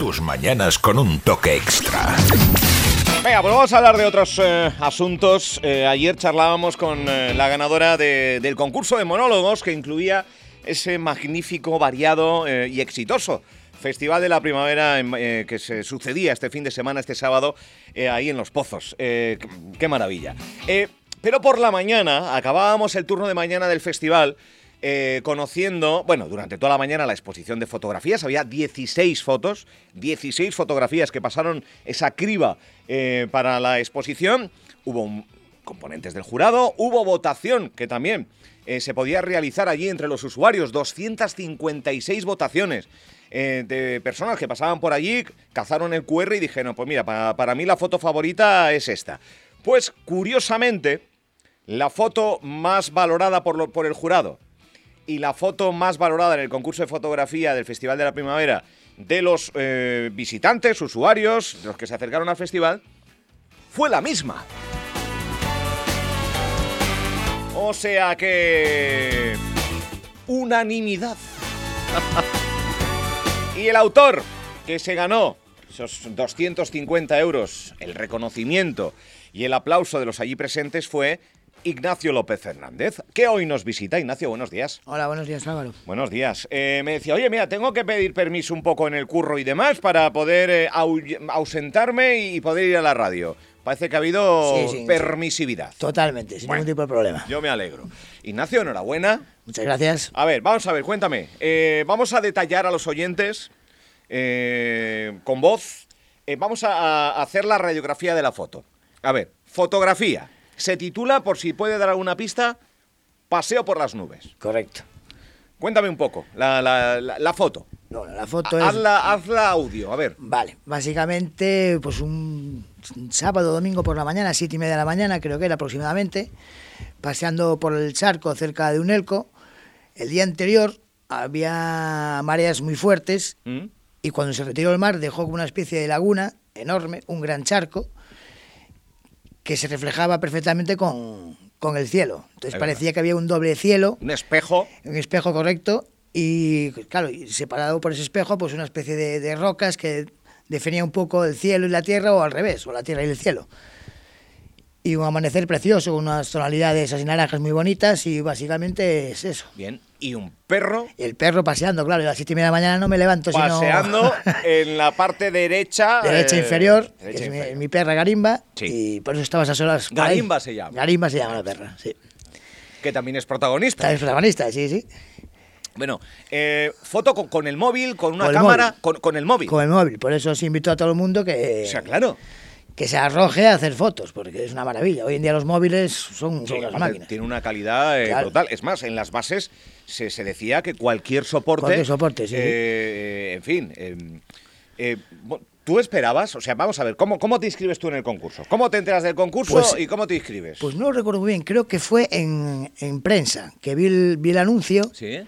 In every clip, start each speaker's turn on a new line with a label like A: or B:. A: tus mañanas con un toque extra.
B: Venga, pues vamos a hablar de otros eh, asuntos. Eh, ayer charlábamos con eh, la ganadora de- del concurso de monólogos que incluía ese magnífico, variado eh, y exitoso Festival de la Primavera en- eh, que se sucedía este fin de semana, este sábado, eh, ahí en Los Pozos. Eh, qué- qué maravilla. Eh, pero por la mañana, acabábamos el turno de mañana del festival eh, conociendo, bueno, durante toda la mañana la exposición de fotografías, había 16 fotos, 16 fotografías que pasaron esa criba eh, para la exposición, hubo un- componentes del jurado, hubo votación que también eh, se podía realizar allí entre los usuarios, 256 votaciones. eh, de personas que pasaban por allí, cazaron el QR y dijeron, pues mira, pa- para mí la foto favorita es esta. Pues curiosamente, la foto más valorada por, lo- por el jurado y la foto más valorada en el concurso de fotografía del Festival de la Primavera de los eh, visitantes, usuarios, los que se acercaron al festival, fue la misma. O sea que... Unanimidad. y el autor que se ganó esos 250 euros, el reconocimiento y el aplauso de los allí presentes fue Ignacio López Fernández, que hoy nos visita. Ignacio, buenos días.
C: Hola, buenos días Álvaro.
B: Buenos días. Eh, me decía, oye, mira, tengo que pedir permiso un poco en el curro y demás para poder eh, au- ausentarme y poder ir a la radio. Parece que ha habido
C: Sí, sí, sí.
B: permisividad.
C: Totalmente, sin
B: Bueno.
C: ningún tipo de problema.
B: Yo me alegro. Ignacio, enhorabuena.
C: Muchas gracias.
B: A ver, vamos a ver, cuéntame. Eh, vamos a detallar a los oyentes eh, con voz. Eh, vamos a, a hacer la radiografía de la foto. A ver, fotografía. Se titula, por si puede dar alguna pista, Paseo por las nubes.
C: Correcto.
B: Cuéntame un poco la, la- la- la foto.
C: Bueno, la
B: Ah,
C: foto es...
B: Hazla, hazla audio, a ver.
C: Vale, básicamente, pues un sábado, domingo por la mañana, siete y media de la mañana, creo que era aproximadamente, paseando por el charco cerca de un elco. El día anterior había mareas muy fuertes
B: ¿Mm?
C: y cuando se retiró el mar dejó como una especie de laguna enorme, un gran charco, que se reflejaba perfectamente con, con el cielo. Entonces
B: Es
C: parecía que había un doble cielo.
B: Un espejo.
C: un espejo correcto y claro, y separado por ese espejo, pues una especie de, de rocas que definía un poco el cielo y la tierra o al revés, o la tierra y el cielo. Y un amanecer precioso, unas tonalidades así naranjas muy bonitas y básicamente es eso.
B: Bien. Y un perro
C: El perro paseando, claro, y a las siete y media de la mañana no me levanto,
B: paseando
C: sino...
B: en la parte derecha.
C: Derecha
B: eh,
C: inferior, que
B: derecha
C: es mi-
B: inferior.
C: Mi, perra Garimba,
B: Sí.
C: y por eso estabas a solas. por ahí.
B: Garimba se llama.
C: Garimba se llama la perra, sí.
B: Que también es protagonista.
C: Está el protagonista, sí, sí.
B: Bueno, eh, foto con, con el móvil, con una
C: Con el
B: cámara,
C: móvil.
B: con, con el móvil.
C: Con el móvil, por eso os invito a todo el mundo que...
B: o sea, claro.
C: que se arroje a hacer fotos, porque es una maravilla. Hoy en día los móviles son, son
B: Sí,
C: unas
B: aparte,
C: máquinas.
B: tiene una calidad eh,
C: Claro.
B: brutal. Es más, en las bases se, se decía que cualquier soporte.
C: Cualquier soporte, sí, sí.
B: eh, en fin. eh, eh, bo- ¿Tú esperabas? O sea, vamos a ver, ¿cómo, ¿cómo te inscribes tú en el concurso? ¿Cómo te enteras del concurso
C: Pues-
B: y cómo te inscribes?
C: Pues no lo recuerdo muy bien, creo que fue en, en prensa, que vi el, vi el anuncio
B: sí.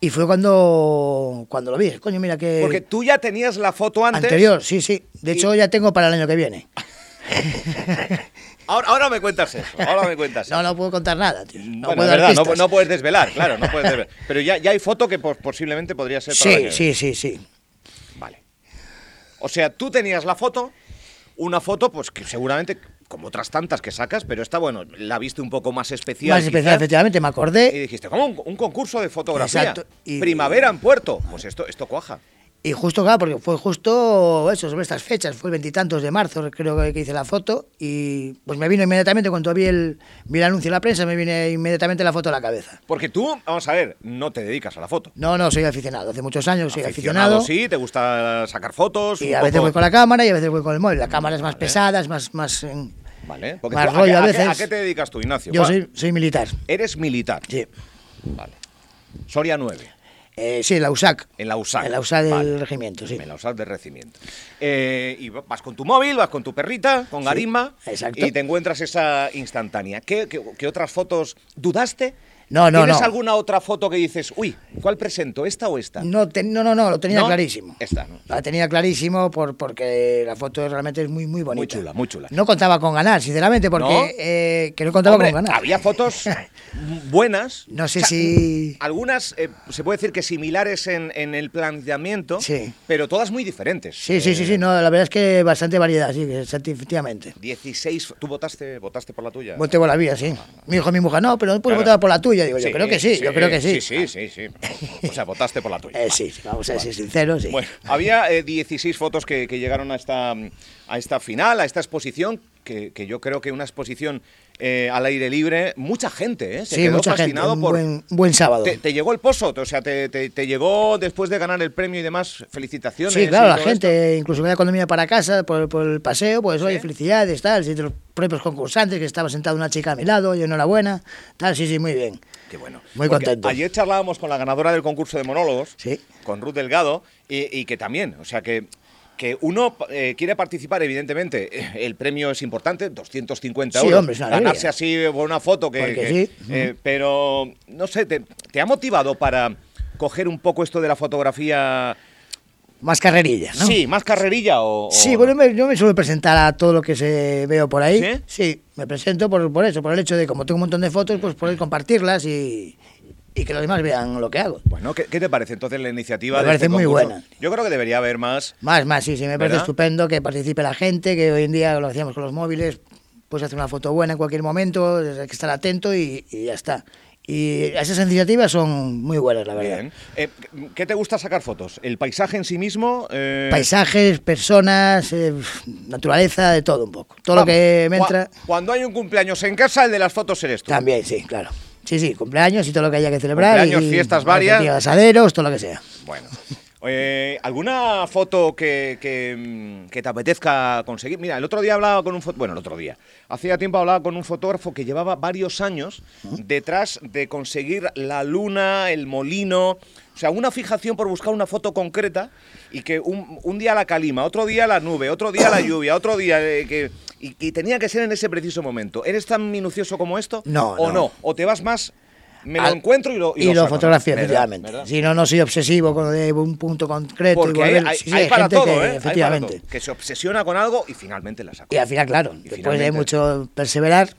C: y fue cuando, cuando lo vi. Coño, mira que...
B: Porque tú ya tenías la foto antes. Ah,
C: anterior, sí, sí. De hecho, ya tengo para el año que viene.
B: Ahora, ahora me cuentas eso. Ahora me cuentas
C: No,
B: eso.
C: no puedo contar nada, tío. No
B: Bueno,
C: puedo
B: es
C: dar
B: verdad, no,
C: pistas.
B: no puedes desvelar, claro, no puedes desvelar. Pero ya, ya hay foto que pos- posiblemente podría ser para el
C: Sí,
B: año.
C: sí, sí, sí.
B: Vale. O sea, tú tenías la foto, una foto, pues que seguramente, como otras tantas que sacas, pero esta, bueno, la viste un poco más especial.
C: Más especial,
B: quizás,
C: efectivamente, me
B: Y
C: acordé.
B: dijiste, ¿cómo? Un, un concurso de fotografía.
C: Exacto, y-
B: Primavera en Puerto. Pues esto, esto cuaja.
C: Y justo, claro, porque fue justo eso, sobre estas fechas, fue el veintitantos de marzo, creo que que hice la foto, y pues me vino inmediatamente, cuando vi el, vi el anuncio en la prensa, me vino inmediatamente la foto a la cabeza.
B: Porque tú, vamos a ver, no te dedicas a la foto.
C: No, no, soy aficionado, hace muchos años soy
B: Aficionado,
C: aficionado,
B: sí, te gusta sacar fotos.
C: y
B: un
C: a veces
B: poco-
C: voy con la cámara y a veces voy con el móvil. La cámara es más pesada, es más... más em,
B: Vale, porque
C: más
B: tú- ¿a,
C: rollo
B: qué,
C: a
B: a qué-
C: veces.
B: a qué te dedicas tú, Ignacio?
C: yo
B: Va,
C: soy, soy militar,
B: Eres militar.
C: sí.
B: Vale. Soria 9,
C: Eh, sí, la USAC.
B: en la USAC.
C: En la USAC del
B: Vale.
C: regimiento, sí.
B: Me la usas de recimiento. Eh, y va- vas con tu móvil, vas con tu perrita, con garimba,
C: exacto.
B: y te encuentras esa instantánea. ¿Qué, qué, qué otras fotos dudaste?
C: No, no,
B: ¿Tienes
C: no.
B: alguna otra foto que dices, uy, ¿cuál presento? ¿Esta o esta?
C: No, te- no, no, no, lo tenía
B: ¿No?
C: clarísimo.
B: Esta, ¿no?
C: La tenía clarísimo por, porque la foto realmente es muy, muy bonita.
B: chula, muy chula.
C: No contaba con ganar, sinceramente, porque
B: ¿No?
C: eh, que no contaba
B: Hombre,
C: con ganar.
B: Había fotos buenas.
C: No sé si-
B: Algunas, eh, se puede decir que similares en, en el planteamiento,
C: Sí.
B: pero todas muy diferentes.
C: Sí, sí, sí, sí, no, la verdad es que bastante variedad, sí, que sí, efectivamente.
B: 16. Eh, ¿Tú votaste, votaste por la tuya?
C: Voté por la vía, sí. Mi hijo y mi mujer, no, pero después
B: Claro.
C: votaba por la tuya. Digo, yo creo que sí, yo creo que sí.
B: Sí, sí, sí. sí. O sea, votaste por la tuya.
C: Eh, sí, vamos a ser sinceros, sí.
B: Bueno, había eh, 16 fotos que, que llegaron a esta, a esta final, a esta exposición, que, que yo creo que una exposición eh, al aire libre, mucha gente, ¿eh? Se
C: sí,
B: quedó
C: mucha gente.
B: fascinado
C: Un
B: por...
C: buen, un buen sábado.
B: Te, te llegó el pozo, o sea, te, te- te llegó después de ganar el premio y demás, felicitaciones.
C: Sí,
B: y
C: claro, la
B: todo
C: gente, incluso me da cuando me iba para casa por, por el paseo, pues oye, felicidades, tal, sí, de los propios concursantes, que estaba sentada una chica a mi lado, yo enhorabuena, tal, sí, sí, muy bien.
B: esto. Qué bueno.
C: Muy
B: Porque
C: contento.
B: Ayer charlábamos con la ganadora del concurso de monólogos,
C: Sí.
B: con Ruth Delgado, y, y que también, o sea, que, que uno eh, quiere participar, evidentemente, eh, el premio es importante, 250
C: Sí,
B: euros.
C: hombre, es una alegría.
B: Ganarse así por una foto que...
C: Porque
B: que-
C: sí.
B: eh, Pero, no sé, te, te ha motivado para coger un poco esto de la fotografía...
C: Más carrerilla, ¿no?
B: Sí, más carrerilla o... o
C: Sí,
B: no?
C: bueno, me- yo me suelo presentar a todo lo que se veo por ahí.
B: ¿Sí?
C: me presento por, por eso, por el hecho de como tengo un montón de fotos, pues poder compartirlas y, y que los demás vean lo que hago.
B: Bueno, ¿qué, qué te parece entonces la iniciativa?
C: Me
B: de este
C: parece muy
B: concurso?
C: buena.
B: Yo creo que debería haber más.
C: Más, más, sí, sí, me parece
B: ¿Verdad?
C: estupendo que participe la gente, que hoy en día lo hacíamos con los móviles, puedes hacer una foto buena en cualquier momento, hay que estar atento y, y ya está. Y esas iniciativas son muy buenas, la verdad.
B: Bien. Eh, ¿Qué te gusta sacar fotos? ¿El paisaje en sí mismo? Eh,
C: Paisajes, personas, eh, naturaleza, de todo un poco. Todo
B: vamos,
C: lo que me
B: cua-
C: entra...
B: Cuando hay un cumpleaños en casa, el de las fotos eres tú.
C: También, sí, claro. Sí, sí, cumpleaños y todo lo que haya que celebrar.
B: Cumpleaños,
C: y-
B: fiestas
C: y
B: varias.
C: tío, asaderos, todo lo que sea.
B: Bueno. Eh, ¿Alguna foto que, que, mm, que te apetezca conseguir? Mira, el otro día hablaba con un fotógrafo, bueno, el otro día, hacía tiempo hablaba con un fotógrafo que llevaba varios años detrás de conseguir la luna, el molino, o sea, una fijación por buscar una foto concreta y que un, un día la calima, otro día la nube, otro día la lluvia, otro día eh, que... Y, y tenía que ser en ese preciso momento. ¿Eres tan minucioso como esto?
C: No,
B: ¿O no?
C: no.
B: ¿O te vas más... Me lo
C: Al-
B: encuentro y lo,
C: Y lo
B: saco, ¿no?
C: fotografía,
B: ¿Verdad?
C: efectivamente.
B: ¿Verdad?
C: Si no, no soy obsesivo con lo de un punto concreto. y
B: Porque hay,
C: volver-
B: hay-
C: sí, sí,
B: hay
C: hay
B: para
C: gente
B: todo,
C: que,
B: ¿eh? Hay para
C: Efectivamente.
B: todo. Que se obsesiona con algo y finalmente la saca.
C: Y al final, claro, después de
B: finalmente-
C: mucho perseverar,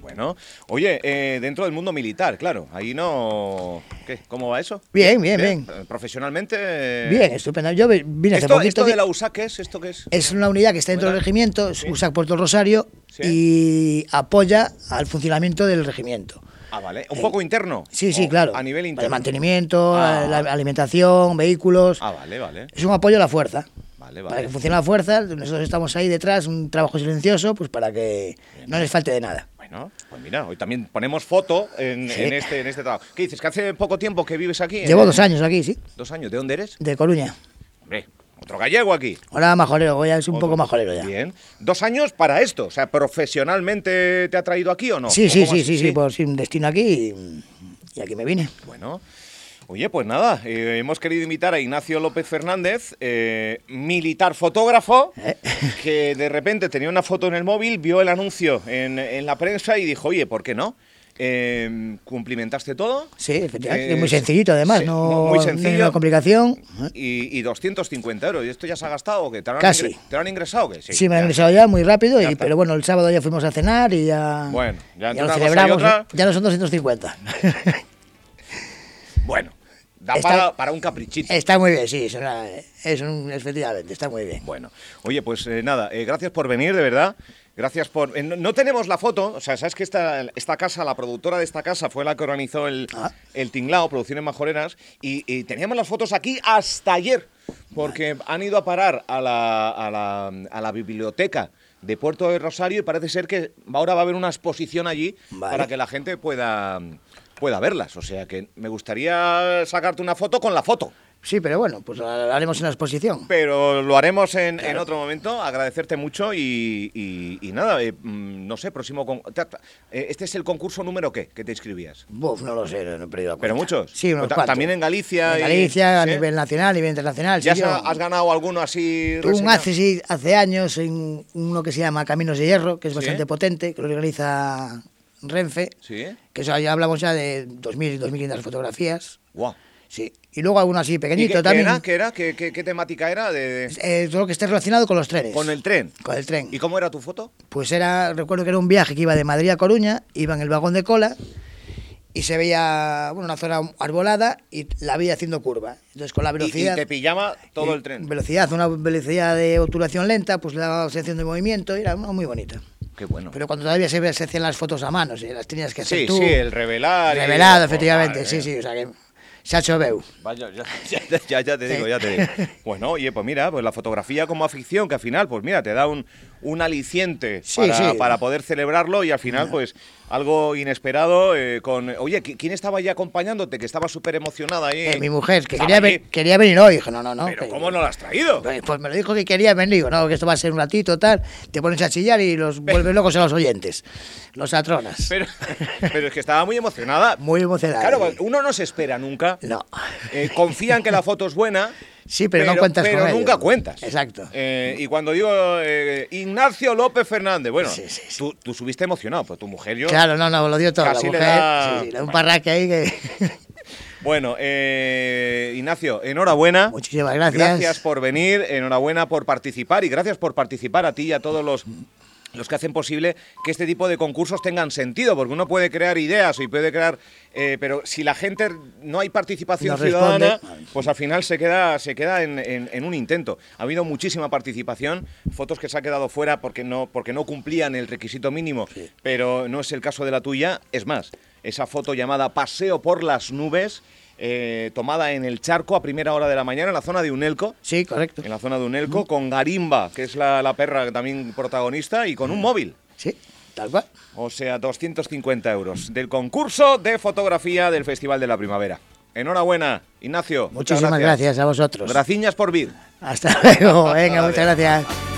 B: Bueno, oye, eh, dentro del mundo militar, claro, ahí no... ¿Qué? ¿Cómo va eso?
C: Bien, bien, bien.
B: Eh, Profesionalmente... eh,
C: bien, estupendo. Yo vi- vine hace
B: ¿Esto,
C: poquito.
B: esto de
C: di-
B: la USA qué es? ¿Esto qué es?
C: Es una unidad que está dentro del
B: Buena.
C: regimiento, es USA Puerto Rosario,
B: Sí.
C: y apoya al funcionamiento del regimiento.
B: Ah, vale. Un poco interno.
C: eh, Sí, sí,
B: O
C: claro.
B: Oh, A nivel
C: Para
B: interno.
C: El mantenimiento,
B: Ah.
C: la alimentación, vehículos.
B: Ah, vale, vale.
C: Es un apoyo a la fuerza.
B: Vale,
C: Para
B: vale.
C: que funcione la fuerza, nosotros estamos ahí detrás, un trabajo silencioso, pues para que no les falte de nada.
B: Bueno, pues mira, hoy también ponemos foto en,
C: Sí.
B: en este, en este trabajo. ¿Qué dices? ¿Que hace poco tiempo que vives aquí?
C: Llevo
B: Eh,
C: dos años aquí, sí,
B: ¿Dos años? ¿De dónde eres?
C: de Coruña.
B: Hombre, otro gallego aquí.
C: Ahora majolero, voy a ser un
B: Otro.
C: poco majolero ya.
B: Bien. ¿Dos años para esto? O sea, ¿profesionalmente te ha traído aquí o no?
C: Sí,
B: ¿O
C: sí,
B: cómo
C: sí,
B: es?
C: sí, sí, por sin destino aquí y, y aquí me vine.
B: Bueno. Oye, pues nada, eh, hemos querido invitar a Ignacio López Fernández, eh, militar fotógrafo,
C: ¿Eh?
B: que de repente tenía una foto en el móvil, vio el anuncio en, en la prensa y dijo, oye, ¿por qué no? Eh, ¿Cumplimentaste todo?
C: Sí, efectivamente,
B: Eh,
C: es muy sencillito además,
B: sí,
C: no,
B: muy
C: no hay
B: sencillo.
C: una complicación.
B: Y, y 250 euros. ¿Y esto ya se ha gastado? o ¿Qué? ¿Te lo han,
C: Casi.
B: ingre- ¿Te lo han ingresado? o qué?
C: Sí, me han
B: ya.
C: ingresado ya muy rápido,
B: Ya
C: y,
B: está.
C: pero bueno, el sábado ya fuimos a cenar y ya,
B: Bueno, ya entre una
C: lo
B: cosa y
C: celebramos,
B: otra-
C: ya no son 250.
B: Bueno, da
C: Está-
B: para, para un caprichito.
C: está muy bien, sí, es, una- es un, efectivamente, está muy bien.
B: Bueno, oye, pues eh, nada, eh, gracias por venir, de verdad. Gracias por... eh, no, no tenemos la foto, o sea, sabes que esta, esta casa, la productora de esta casa fue la que organizó el,
C: Ah.
B: el Tinglao, Producciones Majoreras, y, y teníamos las fotos aquí hasta ayer, porque han ido a parar a la, a la- a la biblioteca de Puerto de Rosario y parece ser que ahora va a haber una exposición allí
C: Vale.
B: para que la gente pueda, pueda verlas. O sea, que me gustaría sacarte una foto con la foto.
C: Sí, pero bueno, pues ha- haremos una exposición.
B: Pero lo haremos en, en otro momento. Agradecerte mucho y, y- y nada, eh, mm, no sé, próximo... con- te- te- eh, Este es el concurso número qué que te inscribías.
C: Buf, no lo sé, no he perdido la cuenta.
B: Pero muchos. Pues
C: Sí, unos
B: Ta-
C: cuantos.
B: También en Galicia.
C: En
B: y-
C: Galicia, a
B: ¿sí?
C: nivel nacional, a nivel internacional.
B: ¿Ya
C: sí,
B: has-
C: yo-
B: has ganado alguno así?
C: Un
B: reseñado?
C: hace, sí, hace años en uno que se llama Caminos de Hierro, que es
B: Sí.
C: bastante potente, que lo organiza Renfe,
B: Sí.
C: que eso ya hablamos ya de 2.000, 2.500 fotografías.
B: Guau.
C: Sí. Y luego alguno así
B: ¿Y
C: pequeñito
B: qué, qué
C: también.
B: era? ¿Qué, era? ¿Qué, qué- qué temática era? De, de-
C: Eh, todo lo que esté relacionado con los trenes.
B: Con el tren.
C: Con el tren.
B: ¿Y cómo era tu foto?
C: Pues era, recuerdo que era un viaje que iba de Madrid a Coruña, iba en el vagón de cola y se veía bueno, una zona arbolada y la veía haciendo curva. Entonces con la
B: Y-
C: velocidad...
B: Y, te pillaba todo
C: y
B: el tren.
C: Velocidad, una velocidad de obturación lenta, pues le daba sensación de movimiento y era una muy bonita.
B: Qué bueno.
C: Pero cuando todavía se, ve- se hacían las fotos a mano, sí, las tenías que hacer
B: sí,
C: tú.
B: sí, el revelar. y-
C: Revelado,
B: Oh,
C: efectivamente,
B: madre
C: sí,
B: mía.
C: sí, o sea que se ha hecho veu.
B: Vaya, ya, ya- ya- ya te digo, ya te digo. Bueno, oye, pues mira, pues la fotografía como afición, que al final, pues mira, te da un, un aliciente
C: Sí,
B: para,
C: sí.
B: para poder celebrarlo y al final, pues algo inesperado eh, con... Oye, ¿qui- ¿quién estaba ahí acompañándote? Que estaba súper emocionada ahí.
C: Eh, mi mujer, que
B: Estaba
C: quería,
B: ahí.
C: ve- quería venir hoy, dije, no, no, no.
B: Pero
C: que-
B: ¿cómo no la has traído?
C: Pues, pues me lo dijo que quería venir, digo, no, que esto va a ser un ratito, tal. Te pones a chillar y los vuelves locos a los oyentes, los atronas.
B: Pero, pero es que estaba muy emocionada.
C: Muy emocionado.
B: Claro, pues, uno no se espera nunca.
C: No.
B: Eh, confían que la foto es buena.
C: Sí, pero no cuentas
B: pero
C: con ello.
B: nunca cuentas.
C: Exacto.
B: Eh, y cuando digo eh, Ignacio López Fernández, bueno,
C: Sí, sí, sí.
B: Tú, tú subiste emocionado, pero tu mujer yo.
C: Claro, no, no, lo dio todo. La
B: Casi le
C: mujer,
B: da-
C: sí, sí, le da un parraque ahí que...
B: Bueno, eh, Ignacio, enhorabuena.
C: Muchísimas gracias.
B: Gracias por venir, enhorabuena por participar y gracias por participar a ti y a todos los los que hacen posible que este tipo de concursos tengan sentido, porque uno puede crear ideas y puede crear, eh, pero si la gente no hay participación
C: No
B: ciudadana,
C: responde.
B: pues al final se queda, se queda en, en- en un intento. Ha habido muchísima participación, fotos que se ha quedado fuera porque no, porque no cumplían el requisito mínimo, pero no es el caso de la tuya. Es más, esa foto llamada Paseo por las nubes, eh, tomada en el charco a primera hora de la mañana en la zona de Unelco,
C: Sí, correcto.
B: en la zona de Unelco, con Garimba, que es la, la perra también protagonista, y con un móvil.
C: Sí, tal cual.
B: O sea, 250 euros del concurso de fotografía del Festival de la Primavera. Enhorabuena, Ignacio. muchas
C: Muchísimas gracias. a vosotros.
B: Graciñas por vir.
C: Hasta luego. Venga, muchas gracias.